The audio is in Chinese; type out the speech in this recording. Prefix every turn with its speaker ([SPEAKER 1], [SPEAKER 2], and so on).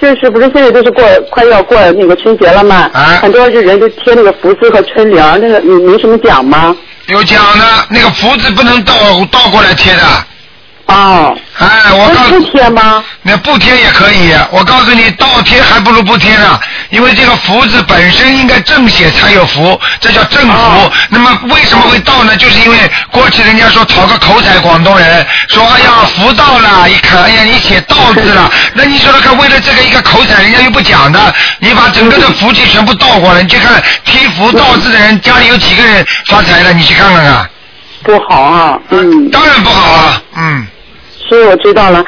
[SPEAKER 1] 就是不是现在就是过快要过那个春节了嘛，
[SPEAKER 2] 啊
[SPEAKER 1] 很多就人就贴那个福字和春联儿，那个你没什么讲吗？
[SPEAKER 2] 有讲的，那个福字不能倒倒过来贴的。
[SPEAKER 1] 哦，
[SPEAKER 2] 哎，我告
[SPEAKER 1] 那
[SPEAKER 2] 诉
[SPEAKER 1] 不贴吗？
[SPEAKER 2] 那不贴也可以，我告诉你，倒贴还不如不贴呢，因为这个福字本身应该正写才有福，这叫正福。
[SPEAKER 1] 哦
[SPEAKER 2] 那么为什么会倒呢？就是因为过去人家说讨个口彩，广东人说哎呀福到了，一看哎呀你写倒字了，那你说说看，为了这个一个口彩，人家又不讲的，你把整个的福气全部倒过来，你去看贴福倒字的人家里有几个人发财了，你去看看看，
[SPEAKER 1] 不好啊，嗯，
[SPEAKER 2] 当然不好啊，嗯。
[SPEAKER 1] 是我知道了。